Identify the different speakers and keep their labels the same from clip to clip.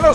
Speaker 1: Yo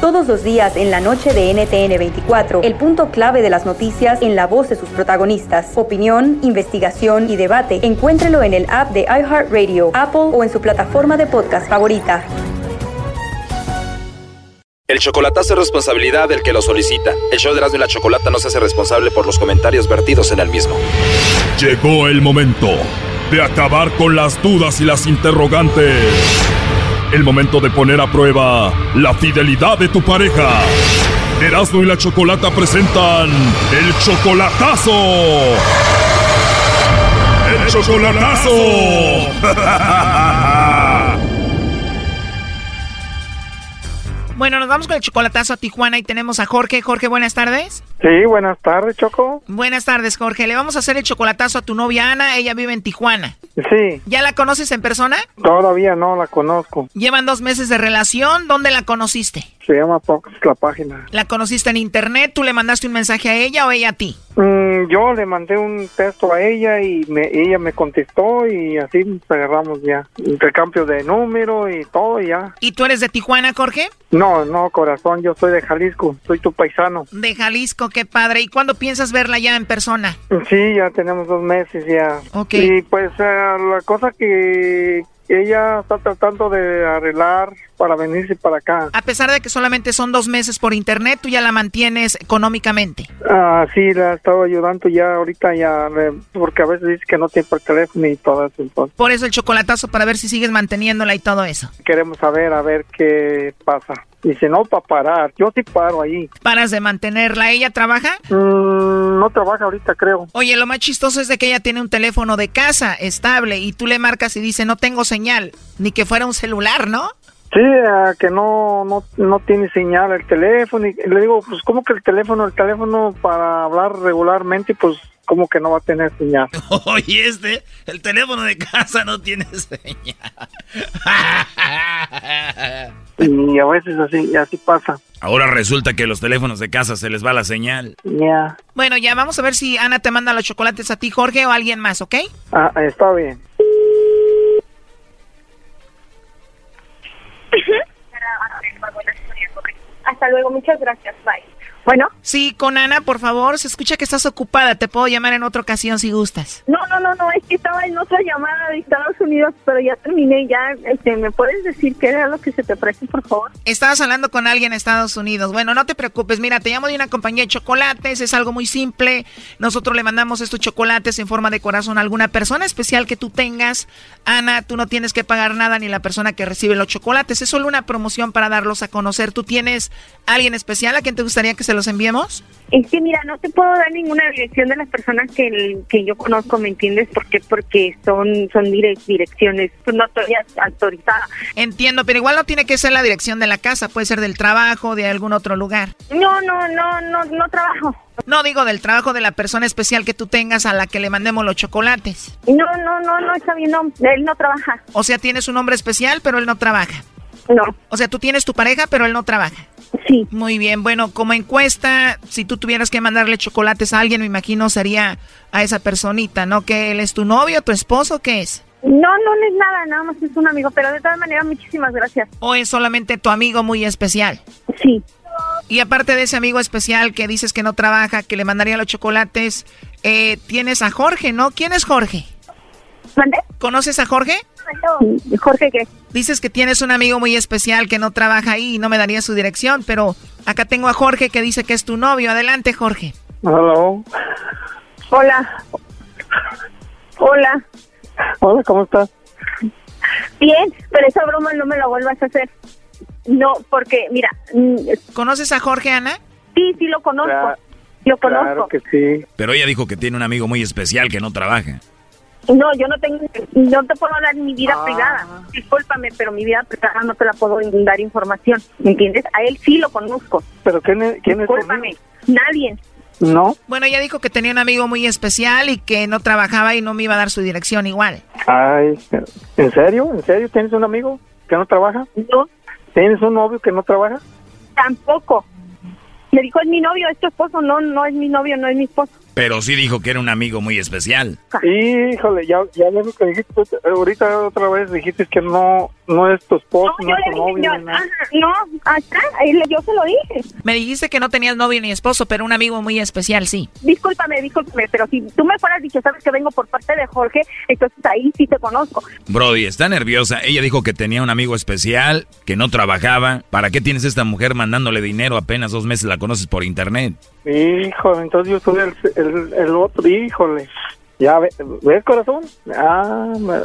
Speaker 2: Todos los días en la noche de NTN 24, el punto clave de las noticias en la voz de sus protagonistas. Opinión, investigación y debate. Encuéntrelo en el app de iHeartRadio, Apple o en su plataforma de podcast favorita.
Speaker 3: El chocolatazo es responsabilidad del que lo solicita. El show de Erasmo y la Chocolata no se hace responsable por los comentarios vertidos en el mismo.
Speaker 4: Llegó el momento de acabar con las dudas y las interrogantes. El momento de poner a prueba la fidelidad de tu pareja. Erasmo y la Chocolata presentan el chocolatazo. El chocolatazo.
Speaker 5: Bueno, nos vamos con el chocolatazo a Tijuana y tenemos a Jorge. Jorge, buenas tardes.
Speaker 6: Sí, buenas tardes, Choco.
Speaker 5: Buenas tardes, Jorge. Le vamos a hacer el chocolatazo a tu novia Ana. Ella vive en Tijuana.
Speaker 6: Sí,
Speaker 5: ¿Ya la conoces en persona?
Speaker 6: todavía no la conozco.
Speaker 5: Llevan dos meses de relación. ¿Dónde la conociste?
Speaker 6: Se llama Fox la página.
Speaker 5: ¿La conociste en internet? ¿Tú le mandaste un mensaje a ella o ella a ti?
Speaker 6: Mm, yo le mandé un texto a ella y me, ella me contestó y así nos agarramos ya. Intercambio de número y todo y ya.
Speaker 5: ¿Y tú eres de Tijuana, Jorge?
Speaker 6: No, no, corazón, yo soy de Jalisco, soy tu paisano.
Speaker 5: De Jalisco, qué padre. ¿Y cuándo piensas verla ya en persona?
Speaker 6: Sí, ya tenemos dos meses ya.
Speaker 5: Ok.
Speaker 6: Y pues eh, la cosa que ella está tratando de arreglar para venirse para acá.
Speaker 5: A pesar de que solamente son dos meses por internet, tú ya la mantienes económicamente.
Speaker 6: Ah, sí, la estaba ayudando ya ahorita, ya, eh, porque a veces dice que no tiene por teléfono y todo eso. Entonces,
Speaker 5: Por eso el chocolatazo para ver si sigues manteniéndola y todo eso.
Speaker 6: queremos saber, a ver qué pasa. Y si no, para parar. Yo sí paro ahí.
Speaker 5: Paras de mantenerla. ¿Ella trabaja?
Speaker 6: Mm, no trabaja ahorita, creo.
Speaker 5: Oye, lo más chistoso es de que ella tiene un teléfono de casa estable y tú le marcas y dice no tengo señal, ni que fuera un celular, ¿no?
Speaker 6: Sí, ah, que no, no, no tiene señal el teléfono. Y le digo, pues, ¿cómo que el teléfono? El teléfono para hablar regularmente, pues, ¿cómo que no va a tener señal?
Speaker 7: Oye, este, el teléfono de casa no tiene señal.
Speaker 6: Y a veces así, así pasa.
Speaker 7: Ahora resulta que los teléfonos de casa se les va la señal.
Speaker 6: Ya.
Speaker 5: Bueno, ya vamos a ver si Ana te manda los chocolates a ti, Jorge, o a alguien más, ¿ok?
Speaker 6: Ah, está bien.
Speaker 8: Hasta luego, muchas gracias, bye. Bueno,
Speaker 5: Sí, con Ana, por favor, se escucha que estás ocupada, te puedo llamar en otra ocasión si gustas.
Speaker 8: no, no, no, no, es que estaba en otra llamada de Estados Unidos, pero ya terminé, ya, este, ¿me puedes decir qué era lo que se te ofrece, por favor?
Speaker 5: Estabas hablando con alguien en Estados Unidos. Bueno, no te preocupes, mira, te llamo de una compañía de chocolates, es algo muy simple. Nosotros le mandamos estos chocolates en forma de corazón a alguna persona especial que tú tengas. Ana, tú no tienes que pagar nada ni la persona que recibe los chocolates, es solo una promoción para darlos a conocer. ¿Tú tienes alguien especial a quien te gustaría que se los enviemos?
Speaker 8: Es que mira, no te puedo dar ninguna dirección de las personas que, que yo conozco, ¿me entiendes? ¿Por qué? Porque son, son direc- direcciones, pues no estoy a- autorizada.
Speaker 5: Entiendo, pero igual no tiene que ser la dirección de la casa, puede ser del trabajo, de algún otro lugar.
Speaker 8: No, no, no, no, no trabajo.
Speaker 5: No digo del trabajo de la persona especial que tú tengas a la que le mandemos los chocolates.
Speaker 8: No, no, no, no, está bien, no, él no trabaja,
Speaker 5: O sea, tienes un hombre especial, pero él no trabaja.
Speaker 8: no,
Speaker 5: O sea, tú tienes tu pareja, pero él no trabaja.
Speaker 8: sí.
Speaker 5: Muy bien, bueno, como encuesta, si tú tuvieras que mandarle chocolates a alguien, me imagino sería a esa personita, ¿no? Que él es tu novio, tu esposo, ¿qué es?
Speaker 8: No, no, no es nada, nada más es un amigo, pero de todas maneras, muchísimas gracias.
Speaker 5: ¿O es solamente tu amigo muy especial?
Speaker 8: Sí.
Speaker 5: Y aparte de ese amigo especial que dices que no trabaja, que le mandaría los chocolates, eh, tienes a Jorge, ¿no? ¿Quién es Jorge?
Speaker 8: ¿Mandé?
Speaker 5: ¿Conoces a Jorge?
Speaker 8: Jorge, ¿qué?
Speaker 5: Dices que tienes un amigo muy especial que no trabaja ahí y no me daría su dirección, pero acá tengo a Jorge que dice que es tu novio. Adelante, Jorge.
Speaker 6: Hello.
Speaker 8: Hola. Hola.
Speaker 6: Hola, ¿cómo estás?
Speaker 8: Bien, pero esa broma no me la vuelvas a hacer. No, porque, mira, mm,
Speaker 5: ¿Conoces a Jorge, Ana?
Speaker 8: sí, sí lo conozco.
Speaker 6: Claro,
Speaker 8: lo
Speaker 6: Claro
Speaker 8: conozco.
Speaker 6: que sí.
Speaker 7: Pero ella dijo que tiene un amigo muy especial que no trabaja.
Speaker 8: No, yo no tengo, no te puedo dar mi vida
Speaker 6: Ah.
Speaker 8: privada. Discúlpame, pero mi vida privada no te la puedo dar información. ¿Me entiendes? A él sí lo conozco.
Speaker 6: ¿Pero quién es? ¿Quién es tu
Speaker 8: Discúlpame. Nadie.
Speaker 6: amigo? No.
Speaker 5: Bueno, ella dijo que tenía un amigo muy especial y que no trabajaba y no me iba a dar su dirección igual.
Speaker 6: Ay, ¿en serio? ¿En serio? ¿Tienes un amigo que no trabaja?
Speaker 8: No,
Speaker 6: ¿Tienes un novio que no trabaja?
Speaker 8: tampoco. Me dijo, es mi novio, es tu esposo. No, no es mi novio, no es mi esposo.
Speaker 7: Pero sí dijo que era un amigo muy especial.
Speaker 8: Ah.
Speaker 6: Híjole, ya, ya ves lo que dijiste. tú, Ahorita otra vez dijiste que no, no es tu esposo, no,
Speaker 8: No, yo
Speaker 6: es tu
Speaker 8: le dije,
Speaker 6: novio.
Speaker 8: yo- ah.
Speaker 6: ni nada.
Speaker 8: ajá, no, acá, él- yo se lo dije.
Speaker 5: Me dijiste que no tenías novio ni esposo, pero un amigo muy especial, sí.
Speaker 8: Discúlpame, discúlpame, pero si tú me fueras dicho, sabes que vengo por parte de Jorge, entonces ahí sí te conozco.
Speaker 7: Brody, está nerviosa. Ella dijo que tenía un amigo especial, que no trabajaba. ¿Para qué tienes esta mujer mandándole dinero? Apenas dos meses la conoces por internet.
Speaker 6: Híjole, entonces yo soy el, el, el otro. Híjole. Ya, ve- ¿ves, corazón? Ah, me-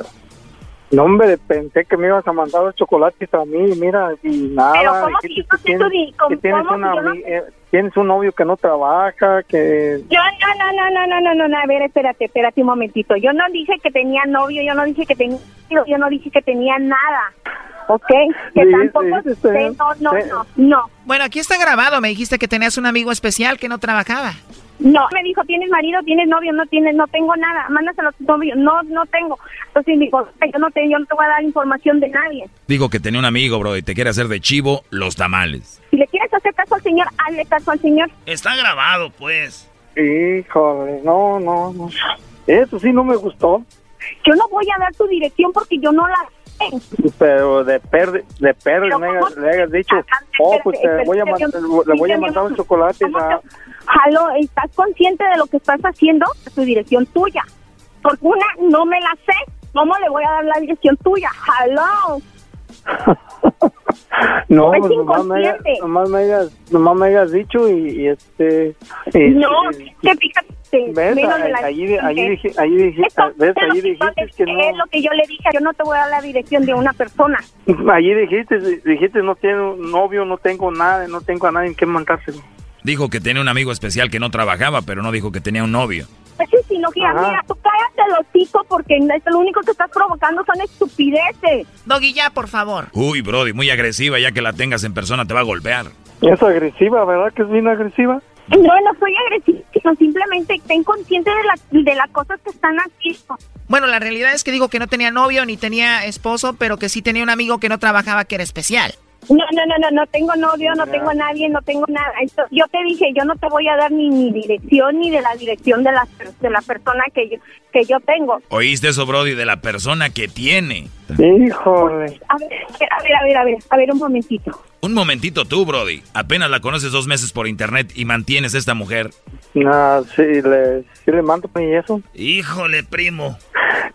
Speaker 6: no, hombre, pensé que me ibas a mandar los chocolates a mí, mira, y nada.
Speaker 8: Pero ¿cómo
Speaker 6: dijiste
Speaker 8: si
Speaker 6: que
Speaker 8: yo no sé tu di-
Speaker 6: que
Speaker 8: cómo-
Speaker 6: tienes,
Speaker 8: cómo
Speaker 6: una
Speaker 8: si yo no
Speaker 6: ami- eh, tienes un novio que no trabaja, que...
Speaker 8: Yo no, no, no, no, no, no, no, no, a ver, espérate, espérate un momentito. Yo no dije que tenía novio, yo no dije que tenía, yo no dije que tenía nada, ¿ok? Que
Speaker 6: Sí,
Speaker 8: tampoco,
Speaker 6: sí, sí.
Speaker 8: que no, no,
Speaker 6: Sí.
Speaker 8: no, no,
Speaker 5: Bueno, aquí está grabado. Me dijiste que tenías un amigo especial que no trabajaba.
Speaker 8: no. Me dijo, ¿tienes marido? ¿Tienes novio? No tienes, no tengo nada. Mándaselo a tu novio. No, no tengo. Entonces me dijo, yo no te, yo no te voy a dar información de nadie.
Speaker 7: Dijo que tenía un amigo, Brody, te quiere hacer de chivo los tamales.
Speaker 8: Si le quieres hacer caso al señor, hazle caso al señor.
Speaker 7: Está grabado, pues.
Speaker 6: Híjole, no, no, no. Eso sí no me gustó,
Speaker 8: Yo no voy a dar tu dirección porque yo no la sé.
Speaker 6: pero de perde, de perde
Speaker 8: Pero
Speaker 6: me
Speaker 8: ¿cómo
Speaker 6: hagas- le hayas
Speaker 8: te-
Speaker 6: dicho,
Speaker 8: Ajá,
Speaker 6: oh,
Speaker 8: espérate,
Speaker 6: pues te voy a,
Speaker 8: espérate,
Speaker 6: mandar-
Speaker 8: yo-
Speaker 6: le voy a
Speaker 8: sí,
Speaker 6: mandar
Speaker 8: yo-
Speaker 6: los chocolates
Speaker 8: ¿cómo
Speaker 6: a...
Speaker 8: te- Jalo, ¿estás consciente de lo que estás haciendo? Tu dirección tuya. Porque una no me la sé. ¿Cómo le voy a dar la dirección tuya? Jalo.
Speaker 6: No,
Speaker 8: Es
Speaker 6: pues nomás me, hayas,
Speaker 8: inconsciente.
Speaker 6: nomás, me hayas, nomás me hayas dicho y, y este... y-
Speaker 8: No,
Speaker 6: y-
Speaker 8: te fíjate.
Speaker 6: ¿Ves?
Speaker 8: menos de la
Speaker 6: Allí, allí,
Speaker 8: dirección
Speaker 6: dije, allí, dije,
Speaker 8: que- Esto
Speaker 6: ¿ves?
Speaker 8: es lo
Speaker 6: allí
Speaker 8: que yo
Speaker 6: dijiste
Speaker 8: les-
Speaker 6: que
Speaker 8: Es lo que yo le dije. Yo no te voy a dar la dirección de una persona.
Speaker 6: no. Allí dijiste, dijiste, no tengo novio, no tengo nada, no tengo a nadie en qué mandárselo.
Speaker 7: Dijo que tenía un amigo especial que no trabajaba, pero no dijo que tenía un novio.
Speaker 8: Pues sí, sinogía,
Speaker 6: Ajá.
Speaker 8: mira, tú cállate el hocico porque es lo único que estás provocando son estupideces.
Speaker 5: Doggy, ya, por favor.
Speaker 7: Uy, Brody, muy agresiva, ya que la tengas en persona te va a golpear.
Speaker 6: Es agresiva, ¿verdad que es bien agresiva?
Speaker 8: No, no soy agresiva, sino simplemente ten consciente de, la, de las cosas que están haciendo.
Speaker 5: Bueno, la realidad es que dijo que no tenía novio ni tenía esposo, pero que sí tenía un amigo que no trabajaba que era especial.
Speaker 8: No, no, no, no, no tengo novio, no tengo nadie, no tengo nada. Esto- yo te dije, yo no te voy a dar ni mi dirección ni de la dirección de la, de la persona que yo, que yo tengo.
Speaker 7: ¿Oíste eso, Brody, de la persona que tiene?
Speaker 6: Híjole.
Speaker 8: A ver, a ver, a ver, a ver, a ver un momentito.
Speaker 7: Un momentito tú, Brody. Apenas la conoces dos meses por internet y mantienes a esta mujer.
Speaker 6: Nah, sí, le, sí le mando pues, y eso.
Speaker 7: Híjole, primo.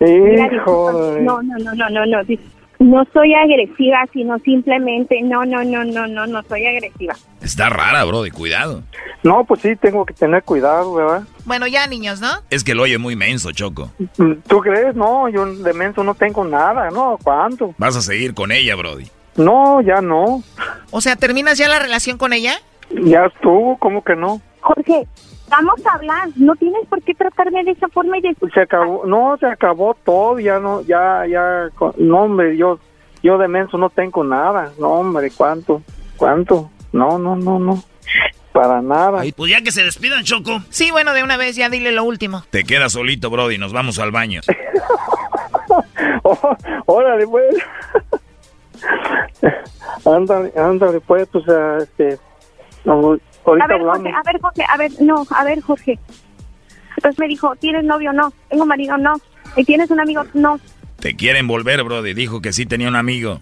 Speaker 8: Mira,
Speaker 6: Híjole.
Speaker 8: disculpa, no, no, no, no, no, no. dis- No soy agresiva, sino simplemente, no, no, no, no, no, no soy agresiva.
Speaker 7: Está rara, Brody, cuidado.
Speaker 6: No, pues sí, tengo que tener cuidado, ¿verdad?
Speaker 5: Bueno, ya, niños, ¿no?
Speaker 7: Es que lo oye muy menso, Choco.
Speaker 6: ¿Tú crees? No, yo de menso no tengo nada, ¿no? ¿Cuánto?
Speaker 7: Vas a seguir con ella, Brody.
Speaker 6: No, ya no.
Speaker 5: O sea, ¿terminas ya la relación con ella?
Speaker 6: Ya estuvo, ¿cómo que no?
Speaker 8: Jorge, vamos a hablar. No tienes por qué tratarme de esa forma y de
Speaker 6: se acabó, no, se acabó todo, ya no, ya, ya, co- no, hombre, yo, yo de menso no tengo nada, no, hombre, ¿cuánto? ¿Cuánto? No, no, no, no, para nada.
Speaker 7: Pues ya que se despidan, Choco.
Speaker 5: Sí, bueno, de una vez ya dile lo último.
Speaker 7: Te quedas solito, Brody. Nos vamos al baño.
Speaker 6: Oh, órale, pues. ándale, ándale, pues, pues, ah, este, no, ahorita
Speaker 8: A ver,
Speaker 6: hablamos.
Speaker 8: Jorge, a ver, Jorge, a ver, no, a ver, Jorge. Entonces me dijo, ¿tienes novio? No. ¿Tengo marido? No. ¿Y tienes un amigo? No.
Speaker 7: Te quieren volver, Brody. Dijo que sí tenía un amigo.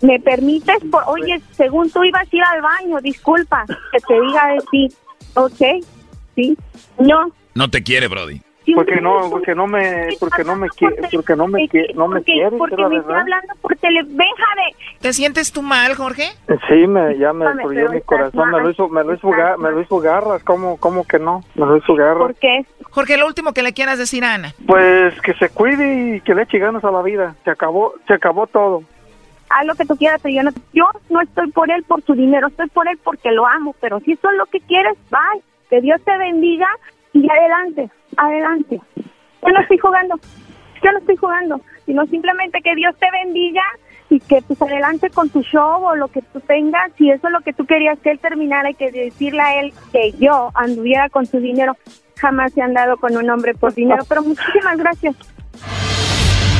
Speaker 8: ¿Me permites? Por... Oye, según tú ibas a ir al baño, disculpa que te diga de ti. ¿Ok? ¿Sí? No.
Speaker 7: No te quiere, Brody.
Speaker 6: Porque no, porque no me, porque no me
Speaker 8: Porque-
Speaker 6: quiere, porque no me quiere, no me
Speaker 8: porque-
Speaker 6: quiere,
Speaker 8: Porque
Speaker 6: es la
Speaker 8: me está
Speaker 6: verdad.
Speaker 8: hablando por teléfono. Déjame.
Speaker 5: ¿Te sientes tú mal, Jorge?
Speaker 6: Sí, me, ya me
Speaker 8: Discúlpame,
Speaker 6: destruyó
Speaker 8: pero
Speaker 6: mi
Speaker 8: estás
Speaker 6: corazón, me lo
Speaker 8: mal,
Speaker 6: hizo, me lo hizo,
Speaker 8: estás
Speaker 6: ga- me lo
Speaker 8: mal.
Speaker 6: hizo garras, ¿cómo, cómo que no? Me lo hizo garras.
Speaker 8: Porque es
Speaker 5: Jorge, lo último que le quieras decir a Ana.
Speaker 6: Pues que se cuide y que le eche ganas a la vida, se acabó, se acabó todo.
Speaker 8: haz lo que tú quieras, pero yo no, yo no estoy por él por su dinero, estoy por él porque lo amo, pero si eso es lo que quieres, bye, que Dios te bendiga y adelante, adelante. Yo no estoy jugando, yo no estoy jugando, sino simplemente que Dios te bendiga y que pues adelante con tu show o lo que tú tengas, si eso es lo que tú querías que él terminara y que decirle a él que yo anduviera con su dinero, jamás he andado con un hombre por dinero, pero muchísimas gracias.